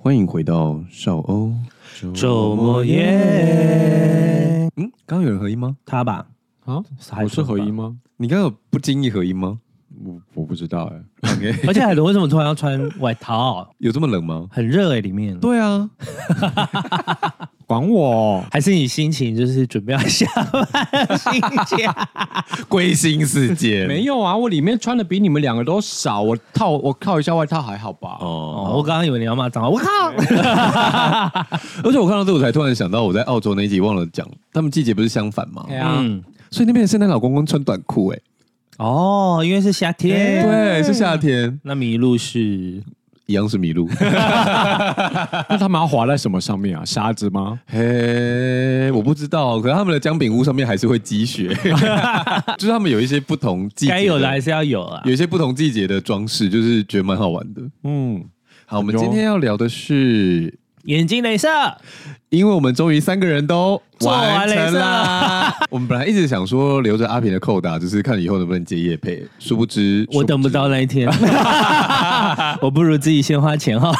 欢迎回到少欧周末夜，嗯，刚刚有人合一吗？他吧，啊，还我是是合吧一吗？你刚刚有不经意合一吗我我不知道哎、 ？OK，而且海伦为什么突然要穿外套？啊有这么冷吗？很热哎、里面。对啊，管我，还是你心情就是准备要下班的心情？归心似箭。 没有啊，我里面穿的比你们两个都少，我套我套一下外套还好吧？哦，哦，我刚刚以为你要骂脏话，我靠！而且我看到这，我才突然想到，我在澳洲那一集忘了讲，他们季节不是相反吗？对啊，嗯，所以那边的圣诞老公公穿短裤，哎，哦，因为是夏天，对，是夏天，那麋鹿是一样是麋鹿。那他们要滑在什么上面啊？沙子吗？嘿，我不知道，可是他们的姜饼屋上面还是会积雪，就是他们有一些不同季节该有的还是要有啊。有一些不同季节的装饰，就是觉得蛮好玩的。嗯，好，我们今天要聊的是，眼睛镭射，因为我们终于三个人都做完完成了啊啦。 我们本来一直想说留着阿平的扣打，就是看以后能不能接叶配，殊不知我等不。殊知到那一天，我不如自己先花钱好了。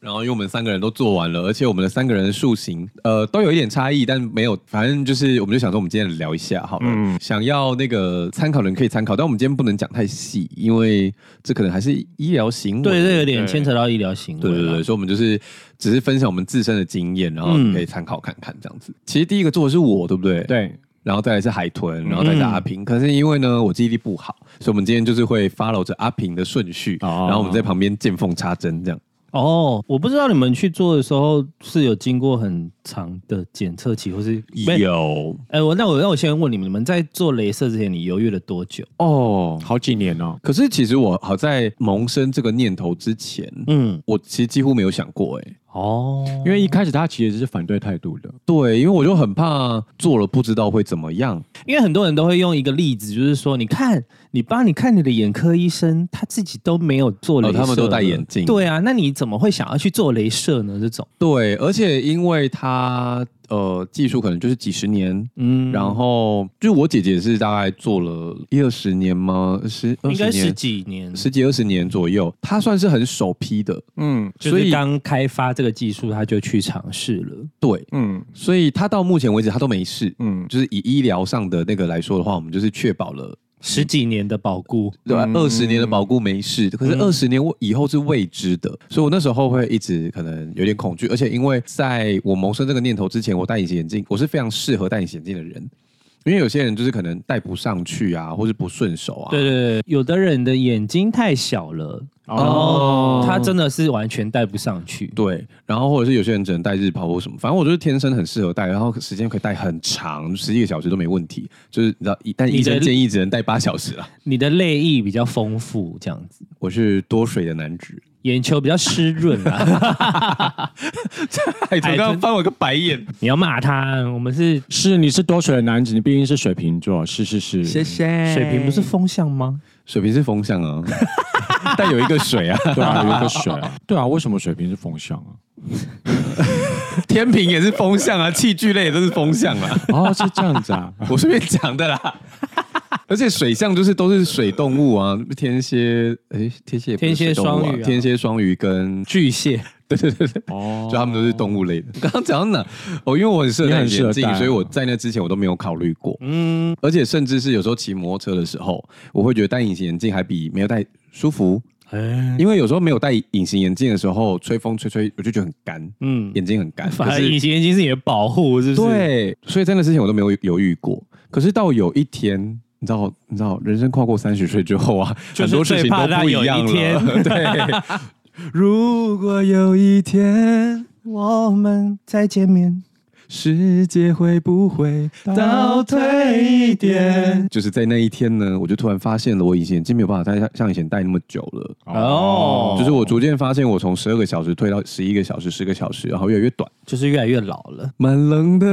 然后因为我们三个人都做完了，而且我们的三个人的塑形呃都有一点差异，但没有，反正就是我们就想说我们今天聊一下好了。嗯想要那个参考的人可以参考，但我们今天不能讲太细，因为这可能还是医疗行为。对，这有点对牵扯到医疗行为对了。对对，所以我们就是只是分享我们自身的经验，然后嗯可以参考看看这样子。其实第一个做的是我，对不对？。对，然后再来是海豚，然后再是阿平。可是因为呢，我记忆力不好，所以我们今天就是会 follow 着阿平的顺序，哦然后我们在旁边见缝插针这样。哦，我不知道你们去做的时候是有经过很长的检测期，或是没有哎、我那我那我先问你们，你们在做镭射之前，你犹豫了多久？哦，好几年哦。可是其实我好在萌生这个念头之前，嗯，我其实几乎没有想过、欸，哎，哦，因为一开始他其实是反对态度的，对，因为我就很怕做了不知道会怎么样。因为很多人都会用一个例子，就是说，你看，你帮你看你的眼科医生，他自己都没有做镭射、哦他们都戴眼镜对啊，那你怎么会想要去做镭射呢？这种，对，而且因为它呃技术可能就是几十年，嗯然后就我姐姐是大概做了一二十年吗？十二应十该十年。几年，十几二十年左右，她算是很首批的，嗯就所是以刚开发这个技术，他就去尝试了。对，嗯所以她到目前为止她都没事，嗯，就是以医疗上的那个来说的话，我们就是确保了十几年的保固，对吧？嗯二十年的保固没事，可是嗯二十年我以后是未知的，所以我那时候会一直可能有点恐惧，而且因为在我萌生这个念头之前，我戴隐形眼镜，我是非常适合戴隐形眼镜的人，因为有些人就是可能戴不上去啊，或是不顺手啊，对对对，有的人的眼睛太小了，哦哦，他真的是完全戴不上去。对，然后或者是有些人只能戴日抛或什么，反正我就是天生很适合戴，然后时间可以戴很长，十几个小时都没问题。就是你知道，一但你的医生建议只能戴八小时啦。你的泪液比较丰富，这样子，我是多水的男子，眼球比较湿润啊。 海豚刚刚翻我个白眼，你要骂他，我们是是你是多水的男子，你毕竟是水瓶座，是是是，谢水平，不是风向吗？水瓶是风向啊， 但有一个水啊， 对啊，有一个水啊，对啊，为什么水瓶是风向啊？天平也是风向啊，器具类也都是风向啊，哦，是这样子 啊， 我随便讲的啦。 而且水象就是都是水动物啊，天蝎，哎，天蝎也不是天水蝎动物双鱼啊天蝎双鱼跟巨蟹，哦就他们都是动物类的。刚刚讲到哪？哦，因为我很适合你戴很适合眼镜戴，啊所以我在那之前我都没有考虑过，嗯，而且甚至是有时候骑摩托车的时候，我会觉得戴隐形眼镜还比没有戴舒服，哎，因为有时候没有戴隐形眼镜的时候，吹风吹吹，我就觉得很干，嗯，眼睛很干。反可而是隐形眼镜是你的保护，是不是？，对，所以在那之前我都没有犹豫过。可是到有一天。你知道，你知道，人生跨过三十岁之后啊，就很是多事情最怕都它不一样有一天了。 对，如果有一天我们再见面。世界会不会倒退一点？就是在那一天呢，我就突然发现了，我以前已经没有办法再像像以前戴那么久了。哦就是我逐渐发现，我从十二个小时推到十一个小时、十个小时，然后越来越短，就是越来越老了，蛮冷的。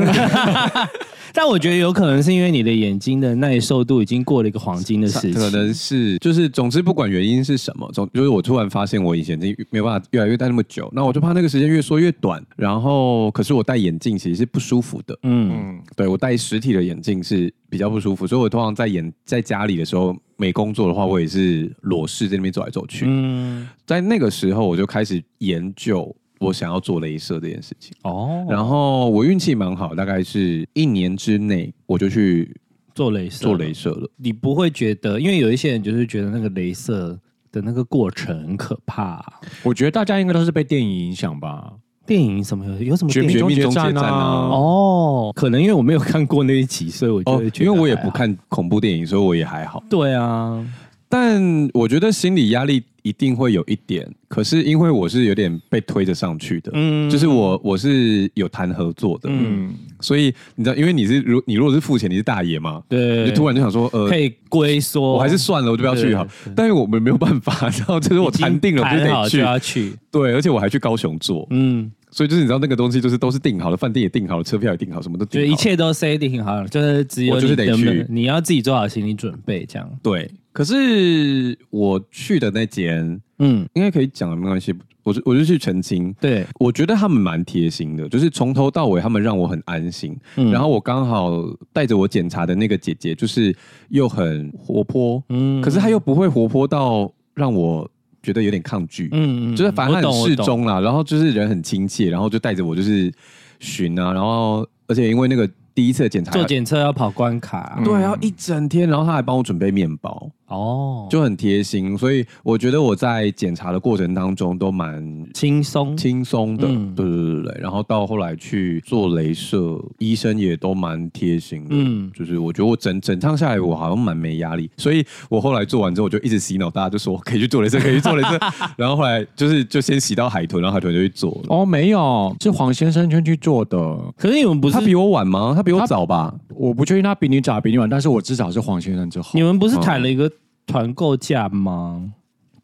但我觉得有可能是因为你的眼睛的耐受度已经过了一个黄金的时期，可能是就是，总之不管原因是什么，总就是我突然发现我以前已经没有办法越来越戴那么久，那我就怕那个时间越缩越短。然后，可是我戴眼镜其实是不舒服的，嗯，对我戴实体的眼镜是比较不舒服，所以我通常在眼在家里的时候没工作的话，我也是裸视在那边走来走去。嗯，在那个时候，我就开始研究我想要做镭射这件事情。哦，然后我运气蛮好，大概是一年之内我就去做镭射，做镭，射了。你不会觉得，因为有一些人就是觉得那个镭射的那个过程很可怕。我觉得大家应该都是被电影影响吧，电影什么有有什么绝电影绝命终结终结战战啊啊！哦，可能因为我没有看过那一集，所以我就哦会，觉得因为我也还好不。看恐怖电影，所以我也还好。对啊，但我觉得心理压力一定会有一点，可是因为我是有点被推着上去的，嗯就是我我是有谈合作的，嗯所以你知道，因为你是如你如果是付钱，你是大爷嘛，对，你就突然就想说，呃可，以龟缩，我还是算了，我就不要去好对对。但是我们没有办法，然后就是我谈定了，我就谈好得就去，要去，对，而且我还去高雄做，嗯，所以就是你知道那个东西就是都是订好了，饭店也订好了，车票也订好，什么都就订好了，一切都 setting 好了，就是只有我就是你得能不能去你要自己做好心理准备，这样，对。可是我去的那间嗯，应该可以讲，没关系，我就我就去澄清。对，我觉得他们蛮贴心的，就是从头到尾他们让我很安心。嗯然后我刚好带着我检查的那个姐姐，就是又很活泼，嗯可是她又不会活泼到让我觉得有点抗拒。嗯就是反正她很我适懂我懂中啦，然后就是人很亲切，然后就带着我就是巡啊，然后而且因为那个第一次的检查，做检嗯测要跑关卡，对，然后一整天，然后她还帮我准备面包，哦，就就很贴心。所以我觉得我在检查的过程当中都蛮轻松，轻松的，嗯对对对对。然后到后来去做镭射，医生也都蛮贴心的。嗯，就是我觉得我整整趟下来，我好像蛮没压力，所以我后来做完之后，我就一直洗脑大家，就说可以去做镭射，可以去做 镭射。然后后来就是就先洗到海豚，然后海豚就去做了。哦，没有，是黄先生先去做的。可是你们不是他比我晚吗？他比我早吧？我不确定他比你早比你晚，但是我至少是黄先生之后。你们不是谈了一个团购价吗？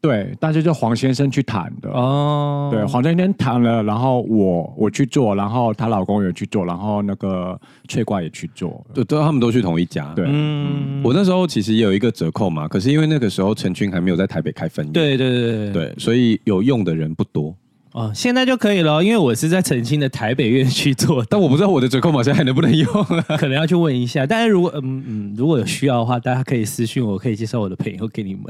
对，但是就黄先生去谈的。哦，对，黄先生谈了，然后我我去做，然后她老公也去做，然后那个翠瓜也去做。对，都他们都去同一家。对，嗯，我那时候其实也有一个折扣嘛，可是因为那个时候陈群还没有在台北开分店，对对对对，对，所以有用的人不多。哦，现在就可以了，因为我是在澄清的台北院区做的， 但我不知道我的折扣码现在还能不能用啊可能要去问一下。但是如果嗯嗯，如果有需要的话，大家可以私信我，可以介绍我的朋友给你们。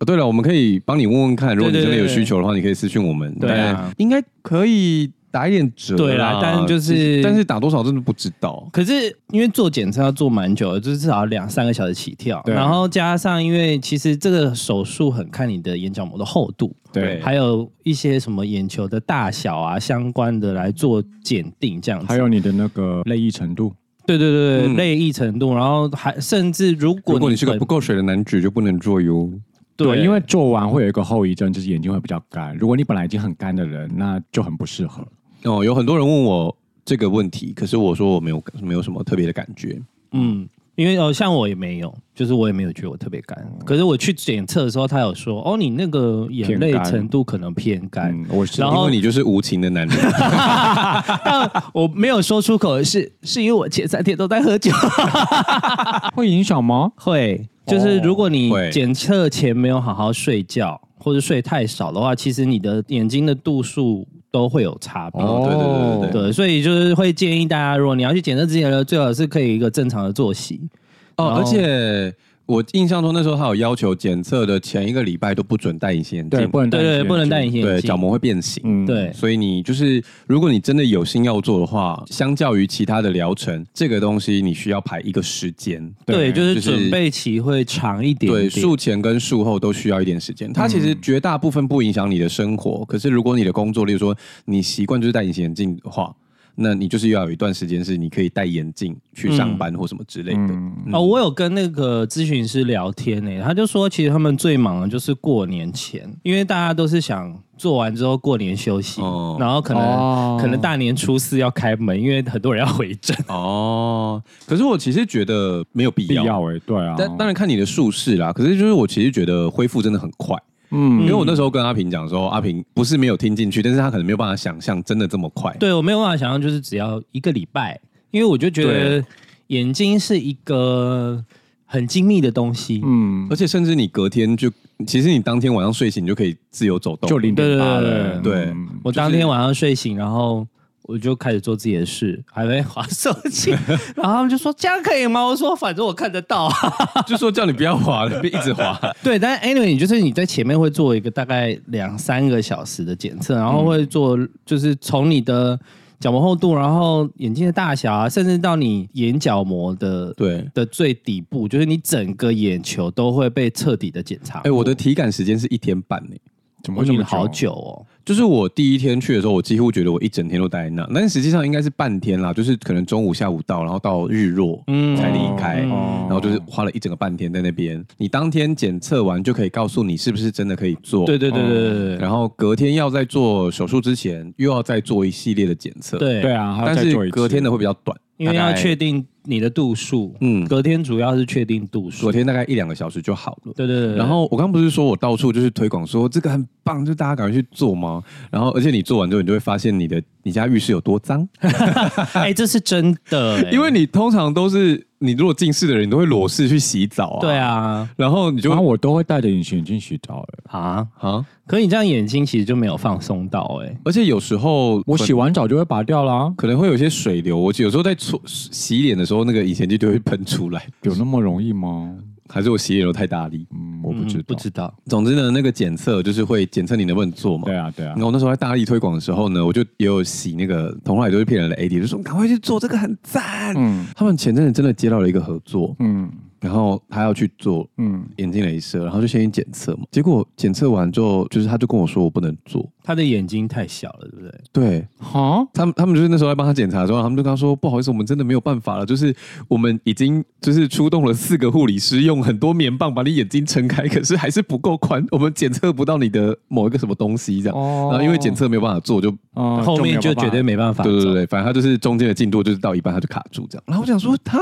哦，对了，我们可以帮你问问看，如果你对对真的有对需求的话，你可以私讯我们。对啊但应该可以打一点折。对啦但就是但是打多少真的不知道。可是因为做检测要做蛮久的，就是至少两三个小时起跳，对啊然后加上因为其实这个手术很看你的眼角膜的厚度，对还有一些什么眼球的大小啊相关的来做检定这样子。还有你的那个累意程度，对对对对，嗯泪、液程度，然后还甚至如果如果你是个本不够水的男子，就不能做哟。对，因为做完会有一个后遗症，就是眼睛会比较干。如果你本来已经很干的人，那就很不适合。哦，有很多人问我这个问题，可是我说我没有感没有什么特别的感觉。嗯，因为哦，像我也没有，就是我也没有觉得我特别干。可是我去检测的时候，他有说，哦，你那个眼泪偏干程度可能偏干，嗯，我是然后因为你就是无情的男 人，但我没有说出口的是，是因为我前三天都在喝 酒。会影响吗？会，就是如果你哦会检测前没有好好睡觉，或者睡太少的话，其实你的眼睛的度数都会有差别。哦对对对对对，所以就是会建议大家，如果你要去检测之前呢，最好是可以一个正常的作息。哦，然后而且我印象中那时候他有要求检测的前一个礼拜都不准戴隐形眼对，镜，不能戴对对，不能戴眼隐形眼对，镜。角膜会变形。镜。嗯对所以你就是，如果你真的有心要做的话，相较于其他的疗程，这个东西你需要排一个时间。对，对就是就是准备期会长一点对，点。哦术前跟术后都需要一点时间。它其实绝大部分不影响你的生活，可是如果你的工作，例如说你习惯就是戴隐形眼镜的话，那你就是要有一段时间是你可以戴眼镜去上班或什么之类的。嗯哦，我有跟那个咨询师聊天呢、他就说，其实他们最忙的就是过年前，因为大家都是想做完之后过年休息，哦然后可能、哦可能大年初四要开门，因为很多人要回 诊。哦，可是我其实觉得没有必必要。要哎，对啊。但当然看你的术式啦，可是就是我其实觉得恢复真的很快。嗯因为我那时候跟阿平讲说，阿平不是没有听进去，但是他可能没有办法想象真的这么快。对我没有办法想象，就是只要一个礼拜，因为我就觉得眼睛是一个很精密的东西。嗯，而且甚至你隔天就，其实你当天晚上睡醒你就可以自由走动，就零对点八对了。对对嗯我当天晚上睡醒，然后我就开始做自己的事，还没划手机， 然后他们就说这样可以吗？我说反正我看得到啊。就说叫你不要滑了，别一直滑。 对，但是 anyway，你就是你在前面会做一个大概两三个小时的检测，然后会做就是从你的角膜厚度，然后眼睛的大小啊，甚至到你眼角膜的对，的最底部，就是你整个眼球都会被彻底的检查。哎、我的体感时间是一天半呢、怎我么会这你么啊好？久哦，就是我第一天去的时候，我几乎觉得我一整天都待在那，但实际上应该是半天啦，就是可能中午、下午到，然后到日落嗯才离开，哦然后就是花了一整个半天在那边。你当天检测完就可以告诉你是不是真的可以做，对对对对对对对哦然后隔天要在做手术之前，又要再做一系列的检测，，对对，啊，还要但再做一是次隔天的会比较短，因为要大概确定你的度数，嗯隔天主要是确定度数昨，天大概一两个小时就好了。对对对对，然后我刚不是说我到处就是推广说这个很棒，就大家赶快去做吗？然后而且你做完之后，你就会发现你的你家浴室有多脏，哎，这是真的 哎，因为你通常都是你如果近视的人，你都会裸视去洗澡啊。对，啊然后你就然后我都会戴着隐形眼镜洗澡了。啊，啊，可你这样眼睛其实就没有放松到哎，而且有时候我洗完澡就会拔掉啦，可能会有些水流，我有时候在搓洗脸的时候，那个以前就就会喷出来，有那么容易吗？还是我洗脸都太大力。嗯，我不知嗯不道。知道，总之呢，那个检测就是会检测你能不能做嘛。对啊，对啊然，后那时候在大力推广的时候呢，我就也有洗那个童话里都是骗人的 AD，就说赶快去做这个很赞。嗯他们前阵子真的接到了一个合作，嗯然后他要去做嗯，眼睛镭射，然后就先去检测嘛。结果检测完之后，就是他就跟我说我不能做。他的眼睛太小了，对不对？对好，他们，他们就是那时候来帮他检查的时候，他们就跟他说：“不好意思，我们真的没有办法了，就是我们已经就是出动了四个护理师，用很多棉棒把你眼睛撑开，可是还是不够宽，我们检测不到你的某一个什么东西这样。哦然后因为检测没有办法做，就嗯后面就绝对没没办法对对对走。对，反正他就是中间的进度就是到一半他就卡住这样。然后我想说，他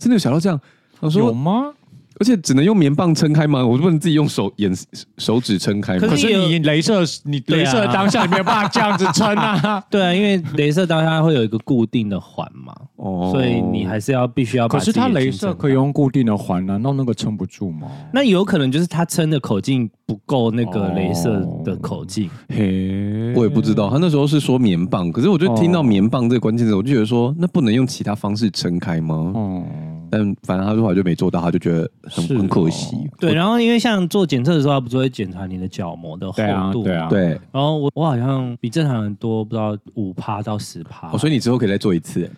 真的有想到这样，我有办法有说吗？而且只能用棉棒撑开吗？我不能自己用手眼手指撑开吗可可？是有你镭射，你对镭啊。射当下你没有办法这样子撑啊对啊，因为镭射当下会有一个固定的环嘛，哦所以你还是要必须要把可自是己它眼睛撑开。镭射可以用固定的环，难道那个撑不住吗？那有可能就是他撑的口径不够那个镭射的口径，嘿我也不知嗯道，他那时候是说棉棒，可是我就听哦到棉棒这个关键词，我就觉得说，那不能用其他方式撑开吗？哦，但反正他后来就没做到，他就觉得很是哦很可惜。对。然后因为像做检测的时候，他不是会检查你的角膜的厚对啊，度？对啊，。对，然后我我好像比正常人多不知道五趴到十趴，哦，所以你之后可以再做一 次。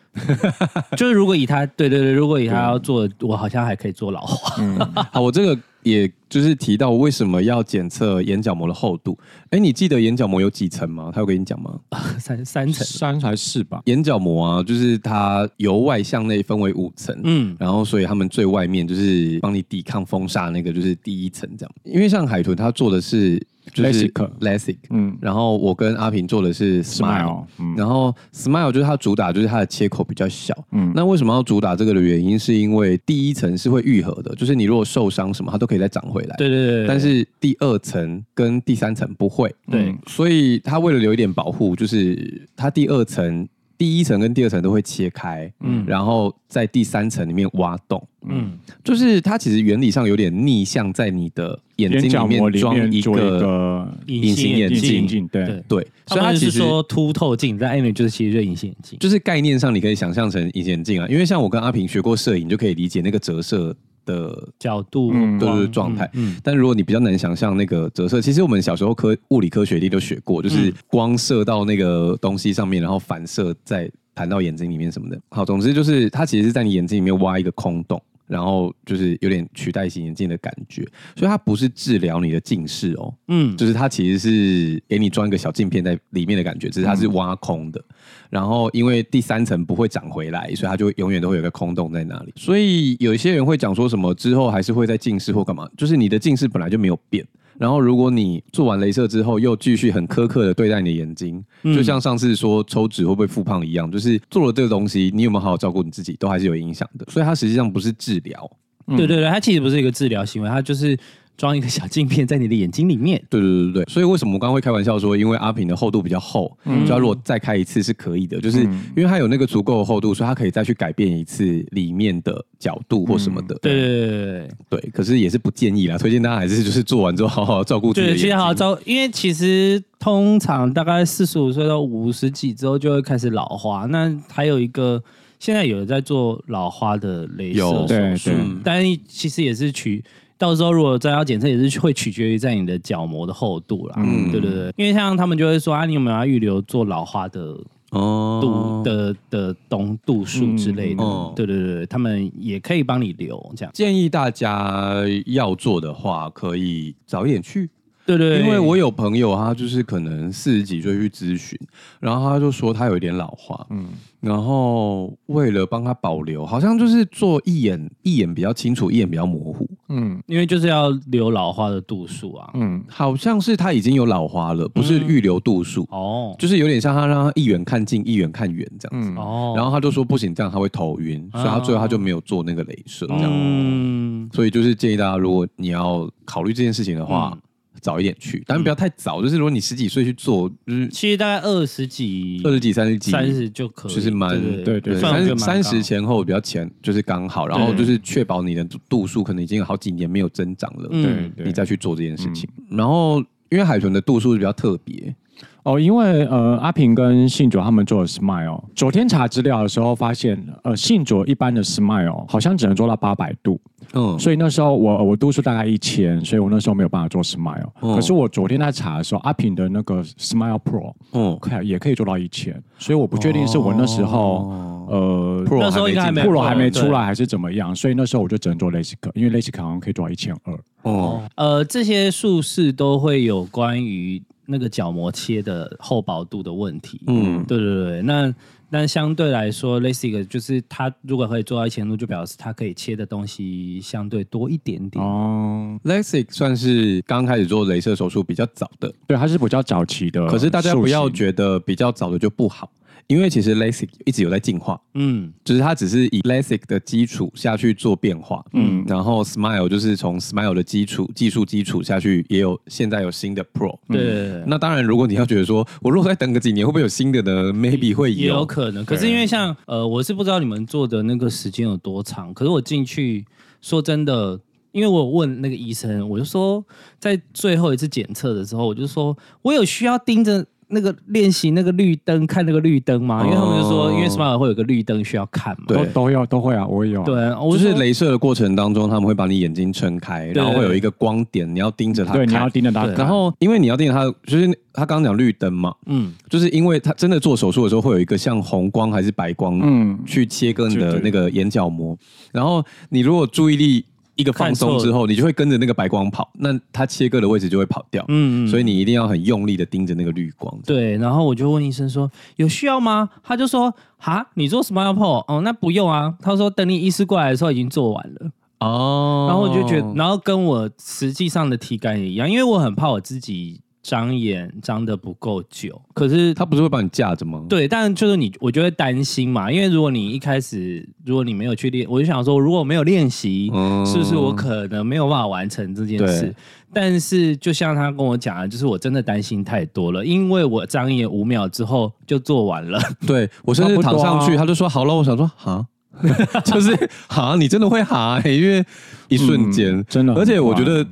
就是如果以他对对对，如果以他要做，我好像还可以做老花。好，我这个也就是提到为什么要检测眼角膜的厚度。哎，你记得眼角膜有几层吗？他有跟你讲吗？三三 层，三还是吧？眼角膜啊，就是它由外向内分为五层，嗯，然后所以他们最外面就是帮你抵抗风沙那个，就是第一层这样。因为像海豚他做的是就是 LASIK LASIK，嗯然后我跟阿平做的是 Smile， ，smile，嗯然后 Smile 就是它主打就是它的切口比较小。嗯，那为什么要主打这个的原因，是因为第一层是会愈合的，就是你如果受伤什么，它都可以再长回来。对对对。但是第二层跟第三层不会，对所以它为了留一点保护，就是它第二层、第一层跟第二层都会切开，嗯嗯，然后在第三层里面挖洞，嗯，就是它其实原理上有点逆向，在你的眼眼睛角里膜面里装面一做一个个隐形眼隐形镜眼镜，对对，对，所所以以它他其是实说凸透镜，但 anyway 就是其实就隐形眼镜。就是概念上你可以想象成隐形眼镜啊，因为像我跟阿平学过摄影，就可以理解那个折射的角度、嗯对光对状态。嗯，但如果你比较难想象那个折射，其实我们小时候科物理科学一定都学过，就是光射到那个东西上面，然后反射再弹到眼睛里面什么的。好，总之就是它其实是在你眼睛里面挖一个空洞，然后就是有点取代型眼镜的感觉，所以它不是治疗你的近视哦，嗯，就是它其实是给你装一个小镜片在里面的感觉，只是它是挖空的。然后因为第三层不会长回来，所以它就永远都会有一个空洞在那里。所以有一些人会讲说什么之后还是会再近视或干嘛，就是你的近视本来就没有变。然后如果你做完镭射之后又继续很苛刻的对待你的眼睛，嗯就像上次说抽脂会不会复胖一样，就是做了这个东西，你有没有好好照顾你自己，都还是有影响的。所以它实际上不是治疗，对对对，它其实不是一个治疗行为，它就是装一个小镜片在你的眼睛里面。对对对对，所以为什么我刚刚会开玩笑说，因为阿平的厚度比较厚，嗯所以他如果再开一次是可以的，就是因为它有那个足够的厚度，所以它可以再去改变一次里面的角度或什么的。嗯对对对对对。对可是也是不建议啦，推荐大家还是就是做完之后好好照顾自己的对，眼其实睛。好好照，因为其实通常大概四十五岁到五十几之后就会开始老花。那还有一个，现在有人在做老花的镭有射手术对对，但其实也是取，到时候如果真要检测，也是会取决于在你的角膜的厚度啦。嗯对对对，因为像他们就会说啊，你有没有要预留做老花的哦度、的的东度数之类的？嗯哦对对对对，他们也可以帮你留这样。建议大家要做的话，可以早一点去，对对对因为我有朋友，他就是可能四十几岁去咨询，然后他就说他有一点老化，嗯，然后为了帮他保留，好像就是做一眼一眼比较清楚，一眼比较模糊，嗯因为就是要留老花的度数啊。嗯，好像是他已经有老花嗯了，不是预留度数，哦，就是有点像他让他一远看近，一远看远这样子。嗯哦，啊然后他就说不行，这样他会头晕，所以他最后他就没有做那个镭射这样。嗯，所以就是建议大家，如果你要考虑这件事情的话，嗯早一点去，但不要太早。就是如果你十几岁去做，就是其实大概二十几、二十几、三十几、三十就可以，就是蛮对对范围三就十蛮三高十前后比较前就是刚好，然后对就是确保你的度数可能已经有好几年没有增长了，嗯对你对。再去做这件事情。然后因为海豚的度数是比较特别，哦，因为呃，阿平跟信卓他们做了 Smile，昨天查资料的时候发现，呃，信卓一般的 Smile 好像只能做到八百度，嗯，所以那时候我我度数大概一千，所以我那时候没有办法做 Smile、哦可是我昨天在查的时候，阿平的那个 Smile Pro 嗯可以也可以做到一千，所以我不确定是我那时候、呃 Pro 哦那时候应该还没 Pro 还没出对来还是怎么样，所以那时候我就只能做 LASIK，因为 LASIK 好像可以做到一千二。哦，呃，这些术式都会有关于那个角膜切的厚薄度的问题。嗯对对对，那那相对来说，LASIK 就是它如果可以做到一千度，就表示它可以切的东西相对多一点点。哦， ，LASIK 算是刚开始做镭射手术比较早的，对，它是比较早期的，可是大家不要觉得比较早的就不好，因为其实 LASIK 一直有在进化。嗯，就是它只是以 LASIK 的基础下去做变化，嗯，然后 Smile 就是从 Smile 的基础技术基础下去，也有现在有新的 Pro。对对对对那当然，如果你要觉得说，我如果再等个几年，会不会有新的呢？Maybe 会也有有，可能。可是因为像呃，我是不知道你们做的那个时间有多长，可是我进去说真的。因为我有问那个医生，我就说在最后一次检测的时候，我就说我有需要盯着那个练习那个绿灯看那个绿灯吗？因为他们就说，哦因为 Smart 会有个绿灯需要看嘛。对都都有都会啊，我也有啊、对，我就是说镭射的过程当中，他们会把你眼睛撑开，然后对会有一个光点，你要盯着它对，你要看。盯着它对看，然后，因为你要盯着它，就是他刚刚讲绿灯嘛，嗯，就是因为他真的做手术的时候会有一个像红光还是白光，嗯去切割你的对对那个眼角膜。然后你如果注意力一个放松嗯之后，你就会跟着那个白光跑，那它切割的位置就会跑掉。嗯嗯所以你一定要很用力的盯着那个绿光。对，然后我就问医生说有需要吗？他就说哈，你做 Smart p o 哦，那不用啊。他说等你医师过来的时候已经做完了。哦然后我就觉得，然后跟我实际上的体感也一样，因为我很怕我自己张眼张的不够久，可是他不是会把你架着吗？，对，但就是你，我就会担心嘛，因为如果你一开始如果你没有去练，我就想说，如果没有练习，嗯是不是我可能没有办法完成这件事对？但是就像他跟我讲的，就是我真的担心太多了，因为我张眼五秒之后就做完 了，对我甚至差躺不多啊上去，他就说好了，我想说哈。 就是哈，你真的会哈、欸因为一瞬间、嗯真的很而且我觉快得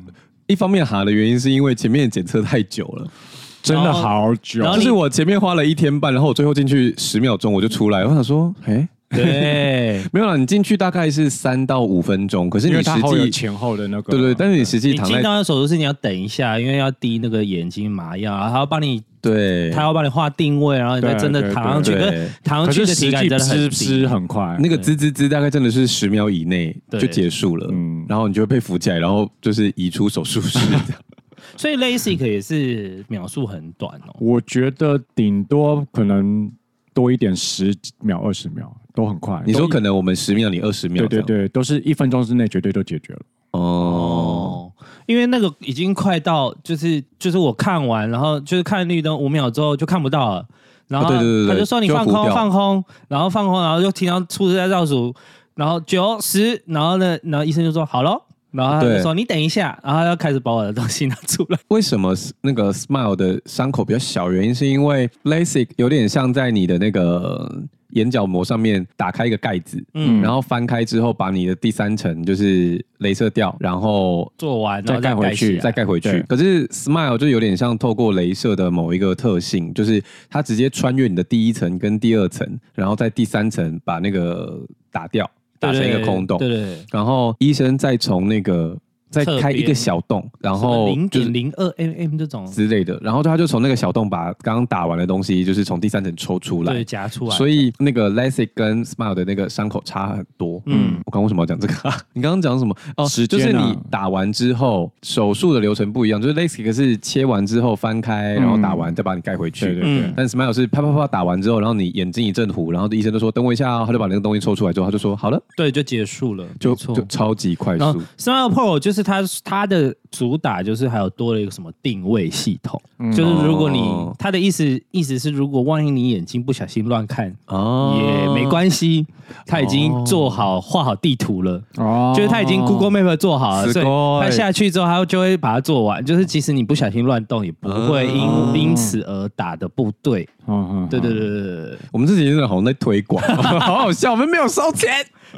一方面哈的原因是因为前面检测太久了，真的好久然后就你是我前面花了一天半，然后我最后进去十秒钟我就出来，我想说，哎、 对。没有啦，你进去大概是三到五分钟，可是因你为实它后有际前后的那个，对对，但是你实际你躺进在到那手术室，你要等一下，因为要滴那个眼睛麻药，然后他要帮你，对他要帮你画定位，然后你再对真的对躺上去，对啊可对是躺上可去是的体实感际真的很滋低滋很快，那个滋滋滋，大概真的是十秒以内对就结束了，嗯然后你就会被扶起来，然后就是移出手术室这样。所以 LASIK 也是秒数很短哦。我觉得顶多可能多一点十秒、二十秒都很快。你说都可能我们十秒，你二十秒，对对，对，都是一分钟之内绝对都解决了。哦，哦，因为那个已经快到，就是就是我看完，然后就是看绿灯五秒之后就看不到了，然后啊对对对对他就说你就要放糊空掉放空，然后放空，然后就听到厨师在倒数，然后九十，然后呢，然后医生就说好咯，然后他就对说你等一下，然后他要开始把我的东西拿出来。为什么那个 Smile 的伤口比较小？原因是因为 LASIK 有点像在你的那个眼角膜上面打开一个盖子，嗯，嗯然后翻开之后把你的第三层就是镭射掉，然后做完然后再盖回去起来再盖回去对。可是 Smile 就有点像透过镭射的某一个特性，就是它直接穿越你的第一层跟第二层，然后在第三层把那个打掉，打成一个空洞。对对对，然后医生再从那个再侧开一个边小洞，然后零就是点零二 mm 这种，之类的，然后他就从那个小洞把刚刚打完的东西，就是从第三层抽出来对，。夹出来。所以那个 LASIK 跟 Smile 的那个伤口差很多。嗯，嗯，我刚为什么要讲这个 啊、你刚刚讲什么？哦，时就间是啊你打完之后，手术的流程不一样，就是 LASIK 是切完之后翻开，然后打完再把你盖回去。对对对嗯但 Smile 是啪啪啪打完之后，然后你眼睛一阵糊，然后医生就说等我一下、哦，他就把那个东西抽出来之后，他就说好了，对，就结束了，就没错就超级快然后速。 Smile Pro 就是它它的主打就是还有多了一个什么定位系统，就是如果你嗯哦它的意思意思是，如果万一你眼睛不小心乱看。哦也没关系，它已经做好画好地图了，哦就是它已经 Google Map 做好了，是所以的它下去之后，它就会把它做完。就是即使你不小心乱动，也不会因、哦因此而打的部队。嗯嗯对对对对对对。我们自己真的好像在推广， 好好笑，我们没有收钱。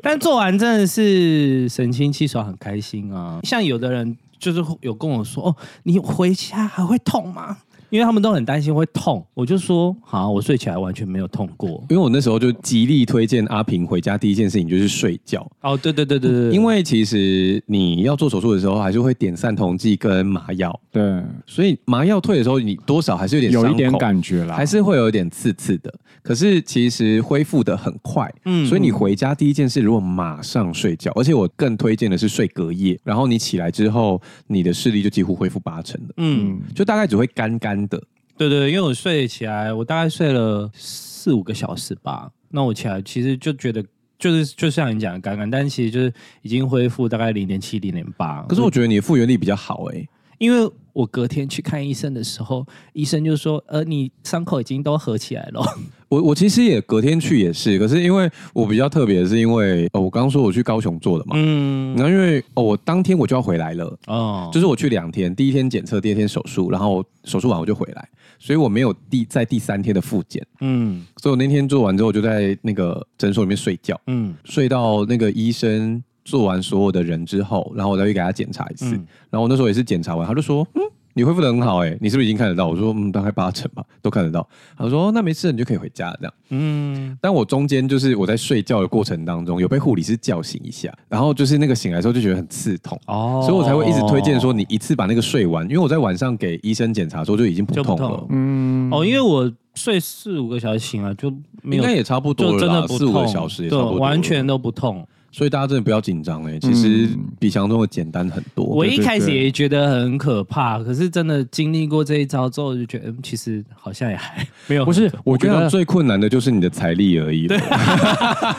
但做完真的是神清气爽，很开心啊。像有的人就是有跟我说：“哦，你回家还会痛吗？”因为他们都很担心会痛，我就说：“好，我睡起来完全没有痛过。因为我那时候就极力推荐阿平回家第一件事情就是睡觉，”哦，对对对对对，因为其实你要做手术的时候还是会点散瞳剂跟麻药，对，所以麻药退的时候你多少还是有点有一伤点口，感觉啦，还是会有一点刺刺的。可是其实恢复的很快，嗯嗯，所以你回家第一件事如果马上睡觉，而且我更推荐的是睡隔夜，然后你起来之后你的视力就几乎恢复八成了，嗯，就大概只会干干的。嗯对对，因为我睡起来，我大概睡了四五个小时吧。那我起来其实就觉得。就是就像你讲的刚刚，但其实就是已经恢复大概零点七、零点八。可是我觉得你的复原力比较好哎、因为我隔天去看医生的时候，医生就说：“呃，你伤口已经都合起来了。我我其实也隔天去也是，可是因为我比较特别，是因为呃，我刚刚说我去高雄做的”嘛，嗯，然后因为哦，我当天我就要回来了，哦，就是我去两天，第一天检测，第二天手术，然后手术完我就回来，所以我没有第在第三天的复检，嗯所以我那天做完之后我就在那个诊所里面睡觉，嗯睡到那个医生做完所有的人之后，然后我再去给他检查一次，嗯然后我那时候也是检查完，他就说嗯。你恢复的很好哎、你是不是已经看得到？我说嗯，大概八成吧，都看得到。他说、哦那没事，你就可以回家了这样。嗯，但我中间就是我在睡觉的过程当中，有被护理师叫醒一下，然后就是那个醒来之后就觉得很刺痛，哦所以我才会一直推荐说你一次把那个睡完，因为我在晚上给医生检查的时候就已经不就不痛痛了，嗯哦，因为我睡四五个小时醒了，就应没有该也差不多就了真的啦，不四痛，五个小时也差对不多，完全。都不痛。所以大家真的不要紧张哎，其实比想象中的简单很多。我一对开始对也觉得很可怕，可是真的经历过这一招之后，就觉得嗯其实好像也还没有不是，我我觉觉得得最困难的就是你的财力而已，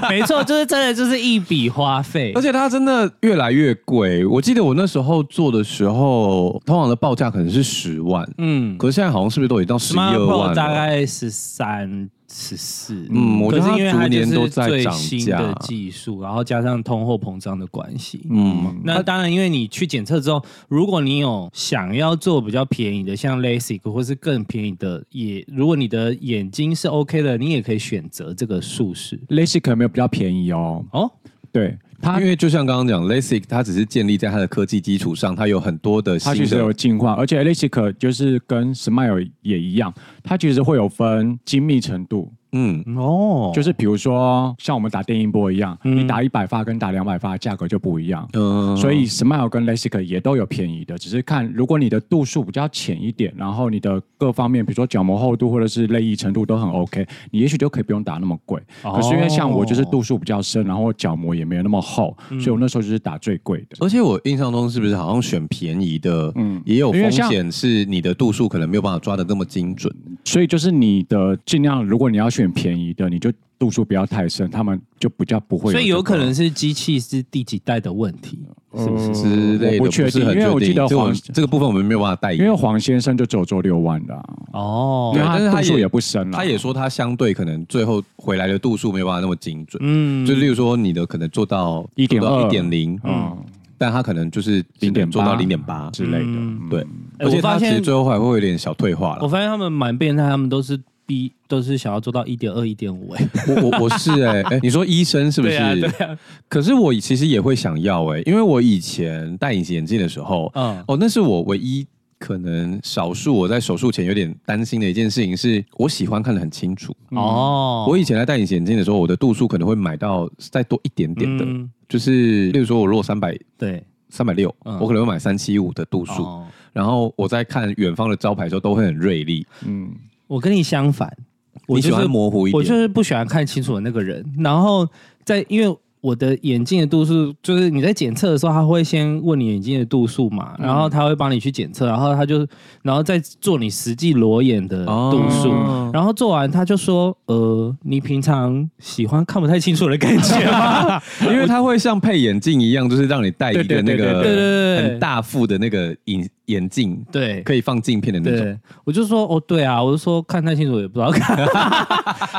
没错，就是真的就是一笔花 费 而。且它真的越来越贵。我记得我那时候做的时候，通常的报价可能是十万，嗯可是现在好像是不是都已经到十一，Smart 二万哦 Pro 了？大概十三、十四。嗯我可觉得是它因为它逐就年是都在最涨新价的技术，然后加上通货膨胀的关系。嗯，那当然，因为你去检测之后，如果你有想要做比较便宜的，像 LASIK 或是更便宜的，也如果你的眼睛是 OK 的，你也可以选择这个术式。 LASIK 有没有比较便宜哦？哦，对，它因为就像刚刚讲，LASIK 它只是建立在它的科技基础上，它有很多的它新其实有的。进化，而且 LASIK 就是跟 Smile 也一样，它其实会有分精密程度，嗯，哦，就是比如说像我们打电音波一样，嗯你打一百发跟打两百发价格就不一样。嗯所以 Smile 跟 LASIK 也都有便宜的，只是看如果你的度数比较浅一点，然后你的各方面，比如说角膜厚度或者是泪液程度都很 OK，你也许就可以不用打那么贵。哦可是因为像我就是度数比较深，然后角膜也没有那么厚，嗯所以我那时候就是打最贵的。而且我印象中是不是好像选便宜的，嗯，也有因为风险是你的度数可能没有办法抓的那么精准。所以就是你的尽量，如果你要选便宜的，你就度数不要太深，他们就比较不会这个。所以有可能是机器是第几代的问题，是不是？嗯之类的，哦嗯我不确定是很因为我记得这个黄这个部分我们没有办法代因为言。黄先生就只有做六万的、啊，哦因为，但他是他度数也也不深了。他也说他相对可能最后回来的度数没有办法那么精准，嗯就例如说你的可能做到1.2一点零，嗯，嗯，但它可能就是零点做到零点八，之类的。嗯嗯对，哎而且我发它其实现最后还会有点小退化我了。发现他们蛮变态，他们都是逼，都是想要做到一点二、一点五，哎，我我我是哎、哎，你说医生是不对是？啊，对啊，可是我其实也会想要哎、因为我以前戴隐形眼镜的时候，嗯，哦，那是我唯一可能少数我在手术前有点担心的一件事情，是我喜欢看得很清楚。哦，我以前在戴隐形眼镜的时候，我的度数可能会买到再多一点点的，嗯就是例如说我如果三百对三百六，嗯我可能会买三七五的度数，哦然后我在看远方的招牌的时候都会很锐利。嗯，我跟你相反，我你喜就是欢模糊一我就点，是不喜欢看清楚的那个人。然后在因为我的眼睛的度数，就是你在检测的时候，他会先问你眼睛的度数嘛，嗯然后他会帮你去检测，然后他就然后再做你实际裸眼的度数。哦然后做完，他就说：“呃，你平常喜欢看不太清楚的感觉 吗？因为它会像配眼镜一样，就是让你戴一个对那对对个对对对对很大副的那个眼眼镜，对，可以放镜片的那种。对，我就说哦，对啊，我就说看太清楚也不知道看。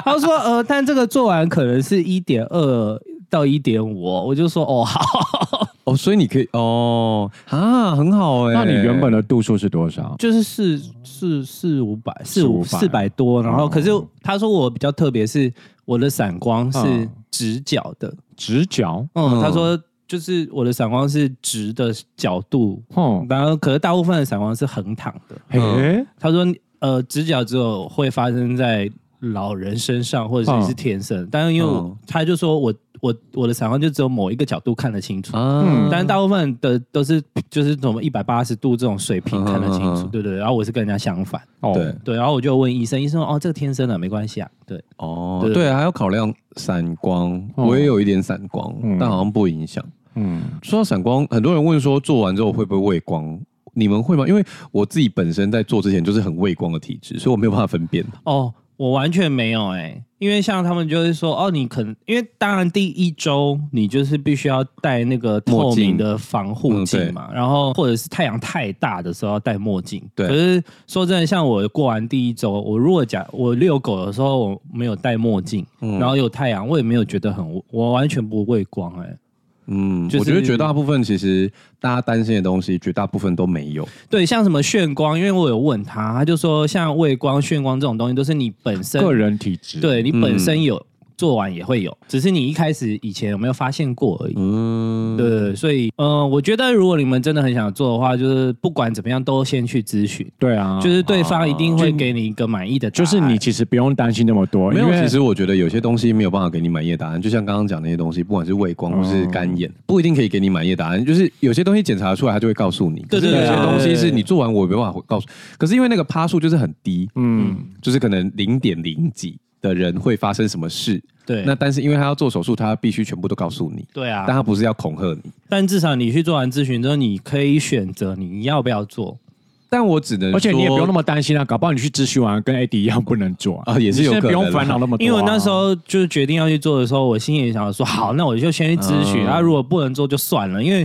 他说呃，但这个做完可能是一点二到一点五，我就说哦好，哦，所以你可以哦啊，很好哎、那你原本的度数是多少？就是四四四五百四四五五百四百多，然后哦可是他说我比较特别，是我的散光是嗯直角的，直角？嗯，嗯他说就是我的散光是直的角度，哦，然后可是大部分的散光是横躺的，嗯嘿，他说，呃，直角只有会发生在老人身上，或者是嗯是天生。但是因为我、嗯他就说我我我的散光就只有某一个角度看得清楚，啊嗯但是大部分的都是就是什么一百八十度这种水平看得清嗯楚，嗯嗯对对。然后我是跟人家相反，哦对对。然后我就问医生，医生说哦，这个天生的没关系啊，对。哦，对对，还要考量散光，哦我也有一点散光，嗯但好像不影响。嗯，说到散光，很多人问说做完之后会不会畏光？你们会吗？因为我自己本身在做之前就是很畏光的体质，所以我没有办法分辨。哦，我完全没有哎、因为像他们就会说，哦，你可能因为当然第一周你就是必须要戴那个透墨镜明的防护嗯对镜嘛，然后或者是太阳太大的时候要戴墨镜。对可是说真的，像我过完第一周，我如果假我遛狗的时候我没有戴墨镜，嗯然后有太阳，我也没有觉得很，我完全不畏光哎、嗯，就是我觉得绝大部分其实大家担心的东西，绝大部分都没有。对，像什么眩光，因为我有问他，他就说像畏光、眩光这种东西都是你本身个人体质。对你嗯本身有、做完也会有，只是你一开始以前有没有发现过而已。嗯，对对，对所以嗯、呃我觉得如果你们真的很想做的话，就是不管怎么样都先去咨询，对啊，就是对方一定会就给你一个满意的答就案。是你其实不用担心那么多，没有因。为其实我觉得有些东西没有办法给你满意的答案，就像刚刚讲那些东西，不管是畏光或哦是干眼，不一定可以给你满意的答案。就是有些东西检查出来，它就会告诉你。对对可是有对些对东对西对是你做完我也没办法告诉。可是因为那个趴数就是很低，嗯，就是可能零点零几的人会发生什么事。对那但是因为他要做手术，他必须全部都告诉你。对啊但，他不是要恐吓你。但至少你去做完咨询之后，你可以选择你要不要做。但我只能说，而且你也不用那么担心啊，搞不好你去咨询完跟 AD 一样不能做啊也是有你现在可不能啊用烦恼那么多啊。因为我那时候就是决定要去做的时候，我心里也想说，好，那我就先去咨询。嗯啊，如果不能做就算了，因为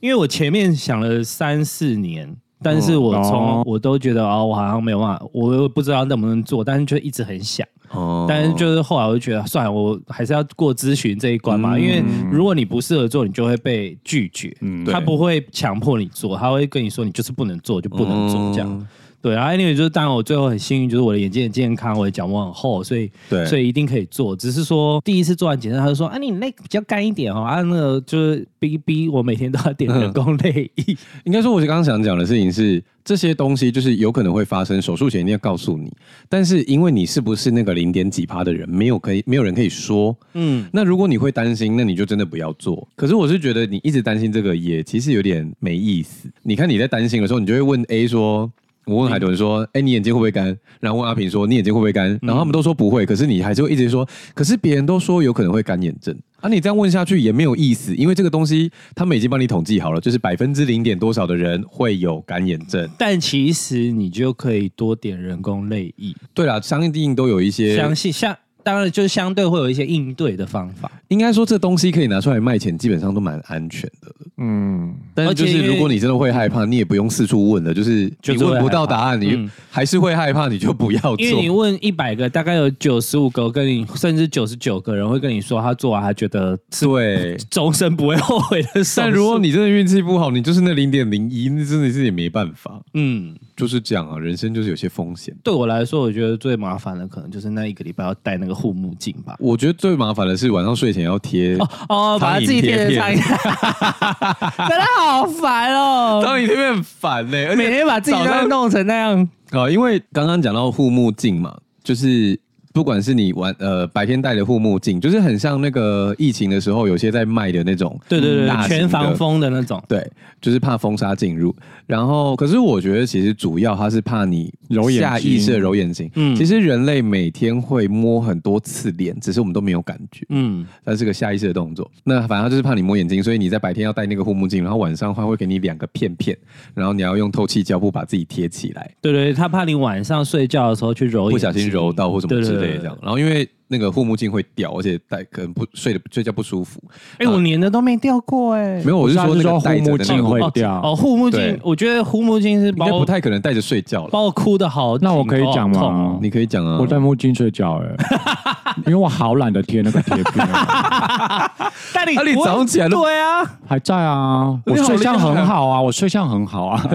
因为我前面想了三四年，但是我从、哦我都觉得哦，我好像没有办法，我又不知道能不能做，但是就一直很想。嗯哦但是就是后来我就觉得，算了，我还是要过咨询这一关嘛，嗯因为如果你不适合做，你就会被拒绝。嗯对他不会强迫你做，他会跟你说你就是不能做，就不能做这样。嗯对，然后 anyway 就是，当然我最后很幸运，就是我的眼睛很健康，我的角膜很厚，所以对所以一定可以做。只是说第一次做完检测，他就说啊，你那个比较干一点哦，啊那个就是逼逼我每天都要点人工泪液，应该说，我刚刚想讲的事情是，这些东西就是有可能会发生，手术前一定要告诉你。但是因为你是不是那个零点几趴的人，没有可以没有人可以说。嗯，那如果你会担心，那你就真的不要做。可是我是觉得你一直担心这个也其实有点没意思。你看你在担心的时候，你就会问 A 说。我问海豚说：“哎、你眼睛会不会干？”然后问阿平说：“你眼睛会不会干？”然后他们都说不会，可是你还是会一直说。可是别人都说有可能会干眼症啊，你这样问下去也没有意思，因为这个东西他们已经帮你统计好了，就是百分之零点多少的人会有干眼症。但其实你就可以多点人工泪液，对啦，相应都有一些相信像当然就是相对会有一些应对的方法。应该说这东西可以拿出来卖钱，基本上都蛮安全的了。嗯，但是就而且因是为如果你真的会害怕，你也不用四处问了，就是就你是会问不到答案，害怕你嗯还是会害怕，你就不要做。因为你问一百个，大概有九十五个跟你，甚至九十九个人会跟你说他做完他觉得对，终身不会后悔的事。但如果你真的运气不好，你就是那零点零一，那真的是也没办法，嗯，就是这样啊，人生就是有些风险。对我来说，我觉得最麻烦的可能就是那一个礼拜要戴那个护目镜吧。我觉得最麻烦的是晚上睡前要贴哦，把自己贴成苍蝇， 真的好烦哦！当你这边很烦呢、而每且天把自己早上都弄成那样，啊、因为刚刚讲到护目镜嘛，就是不管是你玩呃白天戴的护目镜，就是很像那个疫情的时候有些在卖嗯的那种，对对大型的对，全防风的那种。对，就是怕风沙进入。然后，可是我觉得其实主要它是怕你揉眼睛下意识的揉眼睛。嗯其实人类每天会摸很多次脸，只是我们都没有感觉。嗯，它是个下意识的动作。那反正它就是怕你摸眼睛，所以你在白天要戴那个护目镜，然后晚上它会给你两个片片，然后你要用透气胶布把自己贴起来，对对，他怕你晚上睡觉的时候去揉，不小心揉到或什么之类的这样。。然后因为那个护目镜会掉，而且戴可能不睡的睡觉不舒服。哎，我连的都没掉过哎没。有，我是不是啊说那就是个说戴着护目的那镜个会护掉哦，护目镜对，我觉得护目镜是应把该不我太可能戴着睡觉了。把我哭的好紧。那我可以讲吗好痛哦你可以讲啊，我戴墨镜睡觉哎、因为我好懒得贴那个贴片，啊但你啊你不会 早上起来都哎对啊，还在啊，你我好睡相厉害啊很好啊，我睡相很好啊，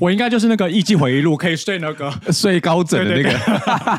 我应该就是那个艺伎回忆录可以睡那个，睡高枕的那个，还是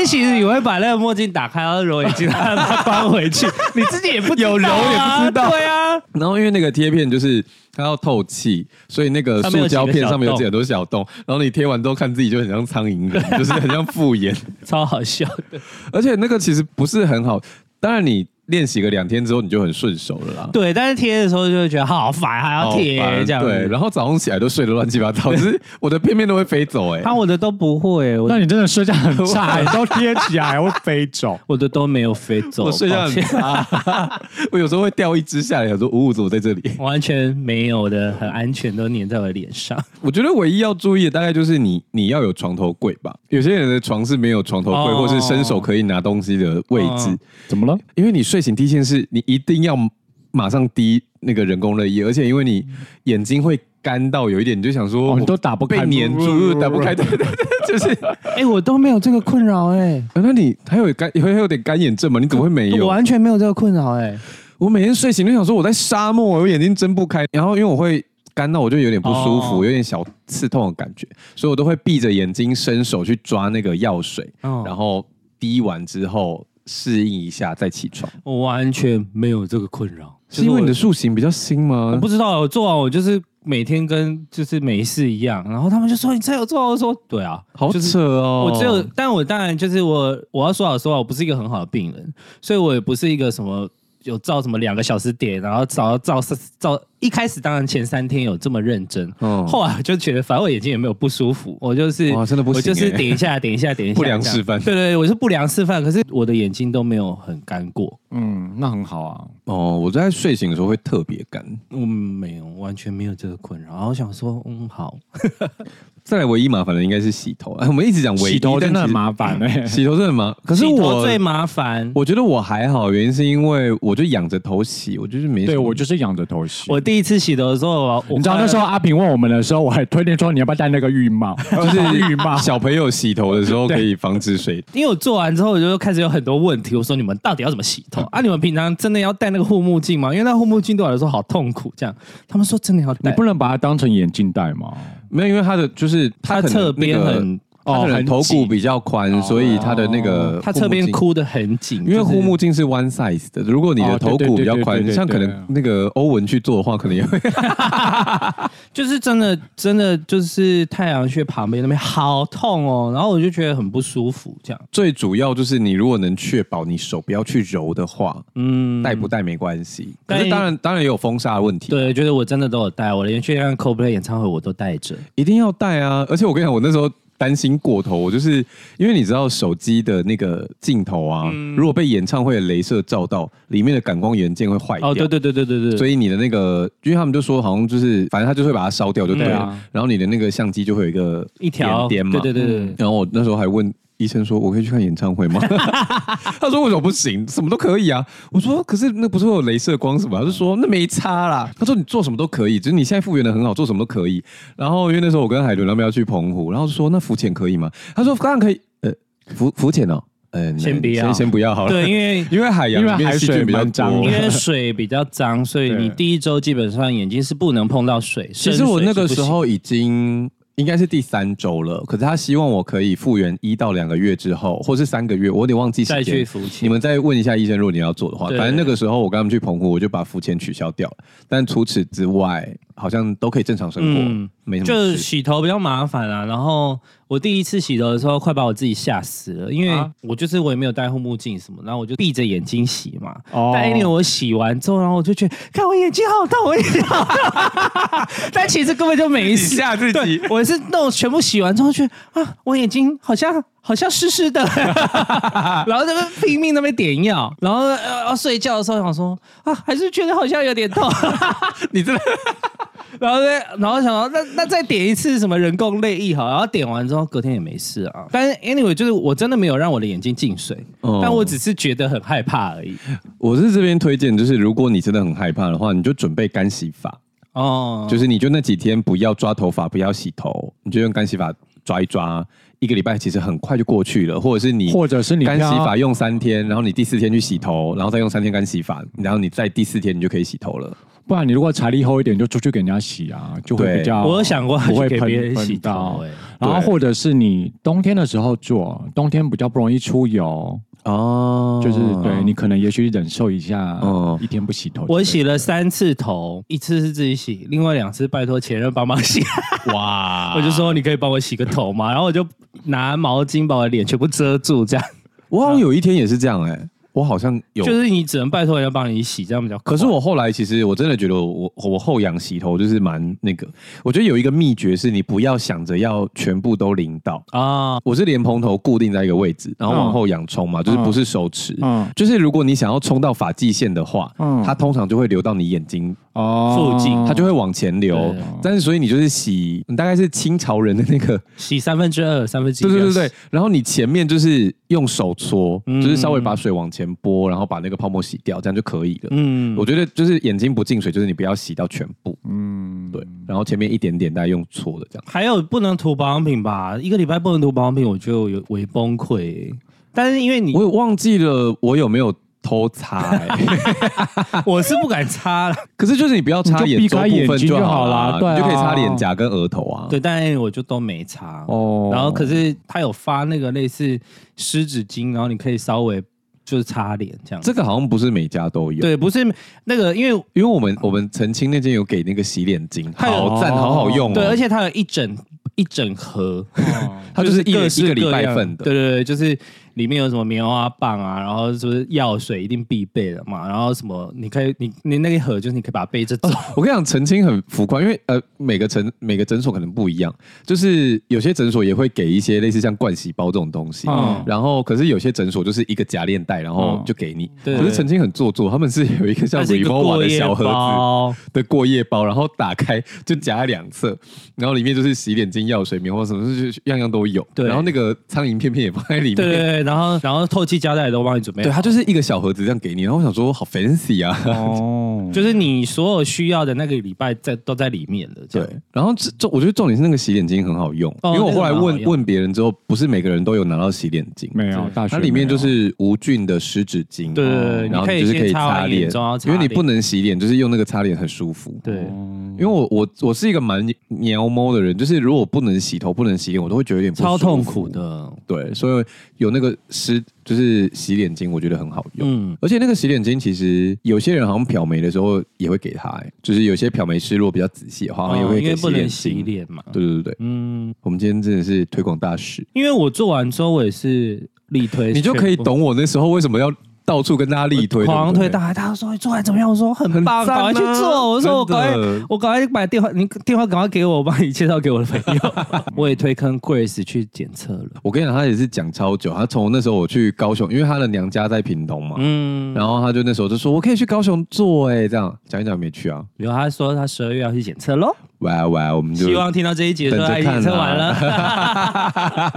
哎其实你会把那个墨镜打开，然后揉眼睛，然后把它关回去，你自己也不知道啊有揉 也不知道对啊，然后因为那个贴片就是它要透气，所以那个塑胶片上面有几个很多小洞，然后你贴完之后看自己就很像苍蝇 人，就是很像复 眼， 超好笑的。而且那个其实不是很好。当然你练习个两天之后你就很顺手了啦。对，但是贴的时候就会觉得好烦，还要贴好烦这样子。对，然后早上起来都睡得乱七八 糟，只是我的片片都会飞走哎、啊，我的都不会，我那你真的睡觉很差，你欸都贴起来还会飞走。我的都没有飞走，我睡觉抱很 歉差，我有时候会掉一只下来，想说呜、怎么在这里？完全没有的，很安全，都粘在我脸上。我觉得唯一要注意的大概就是你你要有床头柜吧，有些人的床是没有床头柜、哦或是伸手可以拿东西的位置，嗯怎么了？因为你睡醒第一件事，你一定要马上滴那个人工泪液，而且因为你眼睛会干到有一点，你就想说、哦你都打不开被粘住又打不开，对对对，就是。 哎、我都没有这个困扰哎、呃那你还有干会有点干眼症吗？你怎么会没有？我完全没有这个困扰哎、我每天睡醒就想说我在沙漠，我眼睛睁不开，然后因为我会干到，我就有点不舒服，哦有点小刺痛的感觉，所以我都会闭着眼睛伸手去抓那个药水，哦然后滴完之后适应一下再起床。我完全没有这个困扰，是因为你的就是塑形比较新我我吗不？知道，我做完我就是每天跟就是没事一样，然后他们就说你真有做完，我说对啊，好就是扯哦！我只有，但我当然就是我，我要说老实话，我不是一个很好的病人，所以我也不是一个什么有照什么两个小时点，然后照照照。一开始当然前三天有这么认真，嗯后来我就觉得反正我眼睛也没有不舒服，我就是哇真的不行我就是欸点一下点一下点一下不良这样示范对对，对我是不良示范，可是我的眼睛都没有很干过，嗯，那很好啊。哦，我在睡醒的时候会特别干。嗯，没有完全没有这个困扰，然后我想说嗯好，再来，唯一麻烦的应该是洗头。哎， 我们一直讲唯一，洗头真的但其很实麻烦哎、 洗头真的很麻，可是欸洗头我最麻烦，我觉得我还好，原因是因为我就仰着头洗，我就是没什对么。我就是仰着头洗。我第一次洗头的时候，我你知道那时候阿平问我们的时候，我还推荐说你要不要戴那个浴帽，就是浴 帽小朋友洗头的时候可以防止水。因为我做完之后，我就开始有很多问题。我说你们到底要怎么洗头 啊？你们平常真的要戴那个护目镜吗？因为那护目镜对我来说好痛苦。这样，他们说真的要你戴，不能把它当成眼镜戴吗？没有，因为它的就是它可能侧边那个很，它可能头骨比较宽，所以它的那个哦它侧护目边镜。箍的很紧，因为就是护目镜是 one size 的，如果你的哦对头骨比较对对对对宽，对像可对能那个欧文去做的话，可能也会。 就是真的真的就是太阳穴旁边那边好痛哦，然后我就觉得很不舒服。这样，最主要就是你如果能确保你手不要去揉的话，嗯，戴不戴没关系。可但是当然，当然也有风沙的问题，对，觉得我真的都有戴，我连去看 Coldplay 演唱会我都戴着。一定要戴啊！而且我跟你讲，我那时候担心过头，我就是因为你知道手机的那个镜头啊，嗯如果被演唱会的镭射照到，里面的感光元件会坏掉。哦，对对对对对对，所以以你的那个，因为他们就说好像就是，反正他就是会把它烧掉就对对了。啊然后你的那个相机就会有一个一条点点嘛。对对对对对嗯然后我那时候还问医生说：“我可以去看演唱会吗？” 他说：“为什么不行？什么都可以啊。”我说：“可是那不是会有镭射光什么？”他就说：“那没差啦。”他说：“你做什么都可以，只是你现在复原的很好，做什么都可以。”然后因为那时候我跟海伦他们要去澎湖，然后就说：“那浮潜可以吗？”他说：“当然可以。”呃，浮浮潜哦，嗯，先不要先先不要好了。对，因为因为海洋因为里面海细水菌比较蛮脏多因为水比较脏，所以你对第一周基本上眼睛是不能碰到水。其实深我水那是个不时行候已经应该是第三周了，可是他希望我可以复原一到两个月之后，或是三个月，我有点忘记时再去间。浮你潜，们再问一下医生，如果你要做的话，对反正那个时候我跟他们去澎湖，我就把浮潜取消掉了。但除此之外，好像都可以正常生活，嗯没什就么是事。洗头比较麻烦啊。然后我第一次洗头的时候，快把我自己吓死了，因为啊我就是我也没有戴护目镜什么，然后我就闭着眼睛洗嘛。哦但因为我洗完之后，然后我就觉得，看我眼睛好痛，我眼睛好痛， 但其实根本就 没事。啊吓自己，我是那种全部洗完之后，觉得啊，我眼睛好像好像湿 湿的，然后在那边拼命那边点药，然后呃要睡觉的时候想说啊，还是觉得好像有点痛， 你真的 然后呢，然后想到那那再点一次什么人工泪液好，然后点完之后隔天也没事啊。但是 anyway，就是我真的没有让我的眼睛进水，哦但我只是觉得很害怕而已。我是这边推荐，就是如果你真的很害怕的话，你就准备干洗法，哦，就是你就那几天不要抓头发，不要洗头，你就用干洗法抓一抓，一个礼拜其实很快就过去了。或者是你，或者是你干洗挑法用三天，然后你第四天去洗头，然后再用三天干洗法，然后你再第四天你就可以洗头了。不然你如果财力厚一点，就出去给人家洗啊，就会对比较。我有想过要不去会给喷别人喷洗到头、欸，然后对或者是你冬天的时候做，冬天比较不容易出油，嗯哦就是对你可能也许忍受一下哦，一天不洗头。我洗了三次头，一次是自己洗，另外两次拜托前任帮忙洗。哇我就说你可以帮我洗个头吗？然后我就拿毛巾把我的脸全部遮住，这样我好像有一天也是这样哎、我好像有，就是你只能拜托人家帮你洗，这样比较快。可是我后来其实我真的觉得我我我后仰洗头就是蛮那个，我觉得有一个秘诀是你不要想着要全部都淋到，啊，我是莲蓬头固定在一个位置，然后往嗯后仰冲嘛，就是不是手持。嗯就是如果你想要冲到发际线的话，嗯它通常就会流到你眼睛哦附近它就会往前流对。但是所以你就是洗，你大概是清朝人的那个，洗三分之二、三分之一。对对对对。然后你前面就是用手搓，嗯就是稍微把水往前拨，然后把那个泡沫洗掉，这样就可以了。嗯，我觉得就是眼睛不进水，就是你不要洗到全部，嗯对，然后前面一点点大概用搓的这样。还有不能涂保养品吧？一个礼拜不能涂保养品，我觉得我有为崩溃欸、但是因为你，我也忘记了我有没有偷擦、 欸，啊我是不 敢擦了。可是就是你不要擦你就眼避周开部眼分睛就好好啦对啊你就可以擦脸颊跟额头啊。对，但我就都没擦。哦然后可是他有发那个类似湿纸巾，然后你可以稍微就是擦脸这样。这个好像不是每家都有。对，不是那个，因为因为我们我们澄清那间有给那个洗脸巾，它有好赞，哦好好用、哦。对，而且它有一整一整盒，它就是一各个式一个礼各拜样份的。对对对，就是里面有什么棉花棒啊，然后就是药水一定必备的嘛，然后什么你可以你你那一盒就是你可以把它背着走。我跟你讲，澄清很浮夸，因为呃，每个诊每个诊所可能不一样，就是有些诊所也会给一些类似像盥洗包这种东西，嗯然后可是有些诊所就是一个夹链袋，然后嗯就给你。对可是澄清很做作，他们是有一个像它是一个 Revova 过的夜小盒包，子的过夜包，然后打开就夹在两侧，然后里面就是洗脸巾、药水、棉花什么，就是样样都有。对然后那个苍蝇片片也放在里面。对对对，然后然后透气胶带也都帮你准备对，好，它就是一个小盒子这样给你，然后我想说好 fancy 啊， 哦，就是你所有需要的那个礼拜在都在里面了。这样，对，然后这重我觉得重点是那个洗脸巾很好用，因哦为我后来那个蛮好问用问别人之后，不是每个人都有拿到洗脸巾，没有对大学它里面没有就是无菌的湿纸巾，哦对对对然后你可以就是可以先擦完脸眼妆然后，擦因为你脸不能洗脸，就是用那个擦脸很舒服。对哦因为我我我是一个蛮鸟猫的人，就是如果不能洗头、不能洗脸，我都会觉得有点不超舒服痛苦。的。对，所以有那个湿就是洗脸巾，我觉得很好用。嗯，而且那个洗脸巾，其实有些人好像漂眉的时候也会给他、欸，就是有些漂眉师如果比较仔细的话，好啊像也哦会因为给不洗能脸洗巾。脸嘛。对对对，嗯，我们今天真的是推广大使，因为我做完之后，我也是力推，你就可以全部懂我那时候为什么要到处跟大家力推，狂对不对推大家，大家说你做完怎么样？我说很很棒，赞赶啊快去做。我说我真赶的快，我赶快把电话，你电话赶快给我，我帮你介绍给我的朋友。 我也推坑 Grace 去检测了，我跟你讲，他也是讲超久，他从那时候我去高雄，因为他的娘家在屏东嘛，嗯，然后他就那时候就说我可以去高雄做、欸，哎，这样讲一讲也没去啊，然后他说他十二月要去检测喽，哇哇，我们就希望听到这一集的时候，等着已看啊经测完啦 了。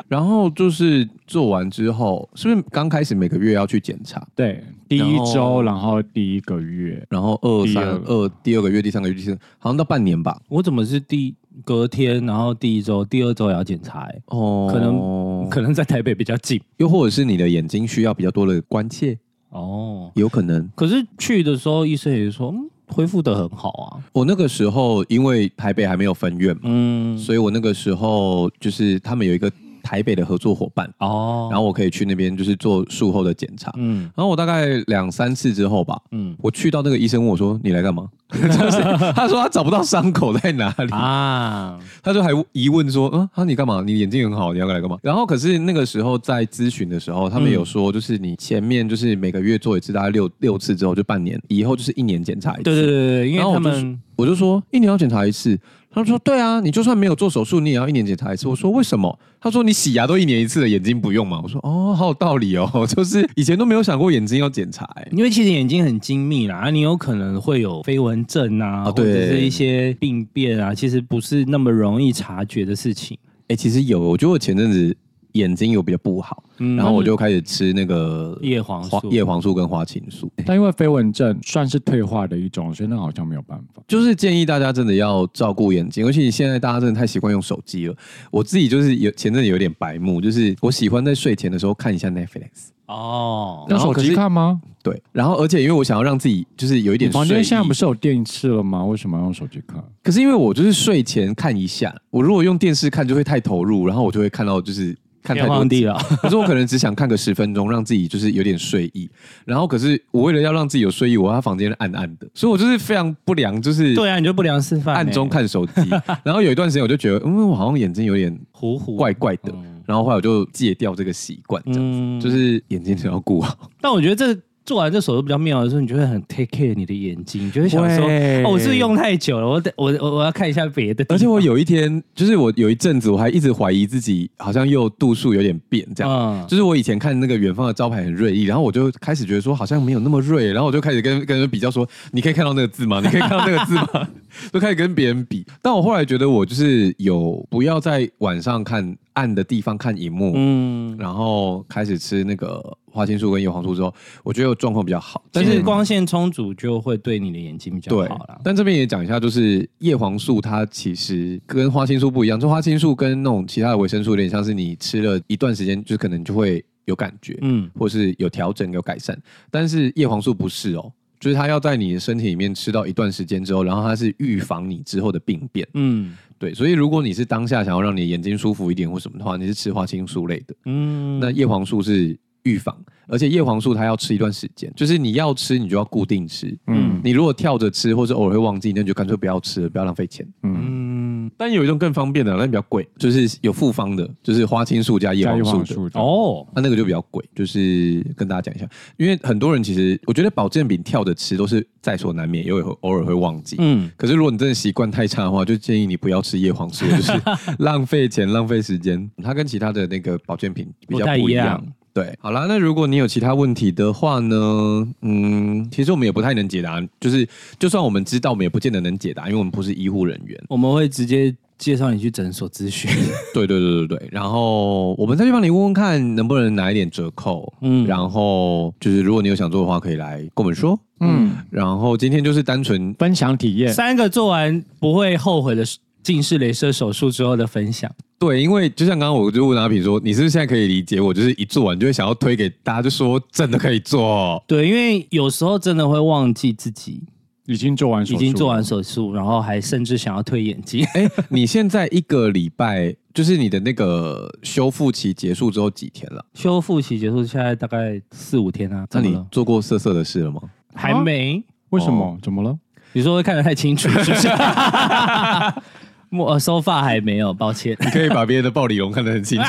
然后就是做完之后，是不是刚开始每个月要去检查？对，第一然后周，然后第一个月，然后二第三二二第二个月、第三个月、第四，好像到半年吧。我怎么是第隔天，然后第一周、第二周也要检查、欸？哦，可能可能在台北比较近又或者是你的眼睛需要比较多的关切，哦。有可能。可是去的时候，医生也说，嗯，恢复的很好啊。我那个时候因为台北还没有分院嘛，嗯，所以我那个时候就是他们有一个台北的合作伙伴，哦，然后我可以去那边就是做术后的检查。嗯然后我大概两三次之后吧，嗯我去到那个医生问我说：“你来干嘛？” 就是他说他找不到伤口在哪里，啊，他就还疑问说：“嗯，啊，你干嘛？你眼睛很好，你要来干嘛？”然后可是那个时候在咨询的时候，他们有说，就是你前面就是每个月做一次，大概六六次之后就半年，以后就是一年检查一次。 对对对对，因为然后他我就们我就说一年要检查一次，他说对啊，你就算没有做手术，你也要一年检查一次。我说为什么？他说你洗牙都一年一次了，眼睛不用嘛。我说哦，好有道理哦，就是以前都没有想过眼睛要检查、欸。因为其实眼睛很精密啦，啊你有可能会有飞蚊症啊，啊或者对是一些病变啊，其实不是那么容易察觉的事情。哎、其实有，我觉得我前阵子眼睛有比较不好，嗯然后我就开始吃那个叶黄素花叶黄素跟花青素。但因为飞蚊症算是退化的一种，所以那好像没有办法。就是建议大家真的要照顾眼睛，而且现在大家真的太习惯用手机了。我自己就是有前阵子有点白目，就是我喜欢在睡前的时候看一下 Netflix，哦，然用后手可是机看吗？对，然后而且因为我想要让自己就是有一你点房睡间意，现在不是有电视了吗？为什么要用手机看？可是因为我就是睡前看一下，我如果用电视看就会太投入，然后我就会看到就是看太天多荒地老， 可是我可能只想看个十分钟，让自己就是有点睡意。然后可是我为了要让自己有睡意，我要房间暗暗的，所以我就是非常不良，就是对啊，你就不良示范、暗中，欸看手机。然后有一段时间我就觉得，嗯，我好像眼睛有点糊糊怪怪的，嗯然后后来我就戒掉这个习惯，这样、嗯就是眼睛只要顾好。但我觉得这做完这手术比较妙的是，你就会很 take care 你的眼睛，你就会想说，会哦，我是不是用太久了，我得我我我要看一下别的地方。 而且我有一天， 就是我有一阵子，我还一直怀疑自己好像又度数有点变这样。嗯就是我以前看那个远方的招牌很锐意，然后我就开始觉得说好像没有那么锐，然后我就开始跟跟人比较说，你可以看到那个字吗？你 可以看到那个字吗？ 就开始跟别人比。但我后来觉得我就是有不要在晚上看暗的地方看荧幕，嗯，然后开始吃那个花青素跟叶黄素之后，我觉得状况比较好。但但是是光线充足就会对你的眼睛比较对好啦，。但这边也讲一下，就是叶黄素它其实跟花青素不一样，就花青素跟那种其他的维生素有点像是你吃了一段时间，就可能就会有感觉，嗯，或是有调整、有改善。但是叶黄素不是哦，就是它要在你的身体里面吃到一段时间之后，然后它是预防你之后的病变。嗯对，所以如果你是当下想要让你的眼睛舒服一点或什么的话，你是吃花青素类的。嗯，那叶黄素是预防，而且叶黄素它要吃一段时间，就是你要吃你就要固定吃。嗯你如果跳着吃，或是偶尔会忘记，那你就干脆不要吃了，不要浪费钱。嗯，嗯但有一种更方便的，但比较贵，就是有复方的，就是花青素加叶加黄叶素黄的。素的，哦，那、那个就比较贵，就是跟大家讲一下，因为很多人其实我觉得保健品跳着吃都是在所难免，也有偶尔会忘记。嗯，可是如果你真的习惯太差的话，就建议你不要吃叶黄素，就是 浪费钱、浪费时间。它跟其他的那个保健品比较不太不一一样样。对，好啦，那如果你有其他问题的话呢，嗯，其实我们也不太能解答，就是就算我们知道，我们也不见得能解答，因为我们不是医护人员。我们会直接介绍你去诊所咨询。对对对对对，然后我们再去帮你问问看能不能拿一点折扣，嗯嗯，然后就是如果你有想做的话，可以来跟我们说，嗯，然后今天就是单纯分享体验，三个做完不会后悔的近视雷射手术之后的分享，对，因为就像刚刚我就问阿平说，你是不是现在可以理解我，就是一做完就会想要推给大家，就说真的可以做 哦，对，因为有时候真的会忘记自己已经做完手术已了，经做完手术，然后还甚至想要推眼 镜。哎，你现在一个礼拜，就是你的那个修复期结束之后几天了？修复期结束，现在大概四五天啊，那怎么你了做过色色的事了吗？还没？为什么哦？怎么了？你说会看得太清楚是不是？我收发还没有，抱歉。你可以把别人的暴力龙看得很 清楚。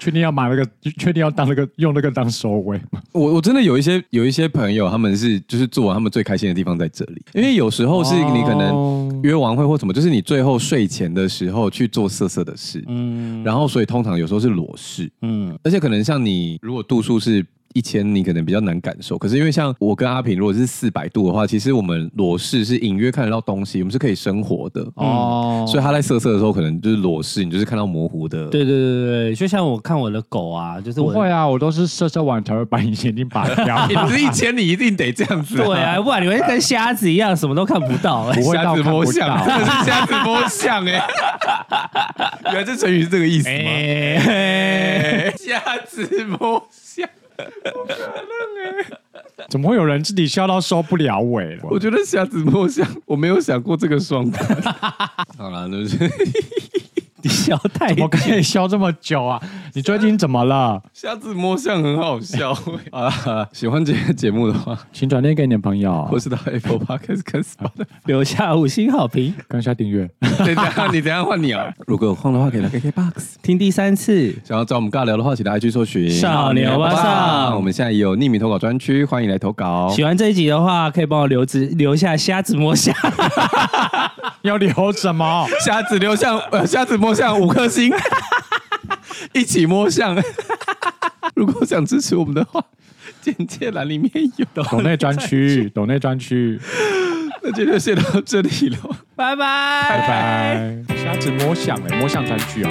确定要买那个？确定要当那个用那个当收尾吗？我我真的有一些有一些朋友，他们是就是做完他们最开心的地方在这里，因为有时候是你可哦能约完会或什么，就是你最后睡前的时候去做色色的事，嗯然后所以通常有时候是裸视，嗯而且可能像你如果度数是。一千你可能比较难感受。可是因为像我跟阿平，如果是四百度的话，其实我们裸视是隐约看得到东西，我们是可以生活的哦。哦，所以他在色色的时候，可能就是裸视，你就是看到模糊 的。，啊对对对对对，就像我看我的狗啊，就是不我会啊，我都是射射完才会把隐形眼镜拔哎掉 啊你不是一千，你一定得这样子、对啊，不然你会跟瞎子一样，什么都看不到、不会到瞎子看摸不象，到。真的是瞎子摸象哎、原 来这成语是这个意思吗？哎、欸哎瞎子摸象，怎么会有人自己笑到收不了尾了？我觉得瞎子摸象，我没有想过这个双关。 好了，那就是你笑太怎么可以笑这么久啊？你最近怎么了？瞎子摸象很 好笑啊、喜欢这个节目的话，请转念给你的朋友或，是到 Apple Podcast 跟 Spotify。留下五星好评，刚下订阅。 等一下，你等一下换你啊！如果有空的话，可以来 KKBox。听第三次。想要找我们尬聊的话，请到 IG 搜寻少年欧巴桑我们现在也有匿名投稿专区，欢迎来投稿。喜欢这一集的话，可以帮我留子留下瞎子摸瞎。要留什么？瞎子留像，呃，瞎子摸象五颗星， 一起摸象。 如果想支持我们的话，简介栏里面有。抖内专区，抖内专区， 那今天就先到这里了。拜拜，欸拜。拜。瞎子摸象哎，摸象专区啊。